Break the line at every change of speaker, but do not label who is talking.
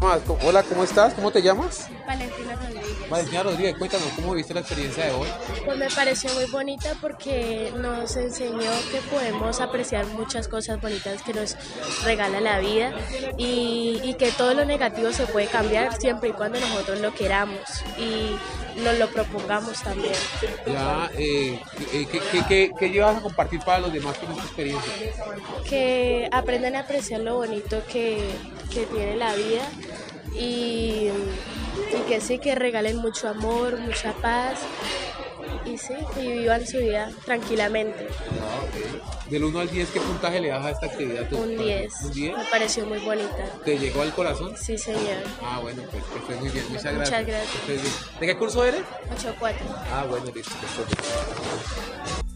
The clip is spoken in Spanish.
más. Hola, ¿cómo estás? ¿Cómo te llamas?
Valentina Rodríguez.
Valentina Rodríguez, cuéntanos, ¿cómo viste la experiencia de hoy?
Pues me pareció muy bonita porque nos enseñó que podemos apreciar muchas cosas bonitas que nos regala la vida y, y que todo lo negativo se puede cambiar siempre y cuando nosotros lo queramos y nos lo propongamos también.
Ya, eh, eh, ¿qué, qué, qué, qué llevas a compartir para los demás con esta experiencia?
Que aprendan a apreciar lo bonito que, que tiene la vida y, y que sí, que regalen mucho amor, mucha paz y sí, y vivan su vida tranquilamente.
Ya, Ah, ok. Del 1 al 10, ¿qué puntaje le das a esta actividad? ¿Tú-
Un 10.
¿Un
Me
10?
pareció muy bonita.
¿Te llegó al corazón?
Sí, señor.
Ah, bueno, pues, pues fue muy bien, muchas gracias.
Muchas gracias.
Que estés bien. ¿De qué curso eres?
8-4.
Ah, bueno, listo, perfecto.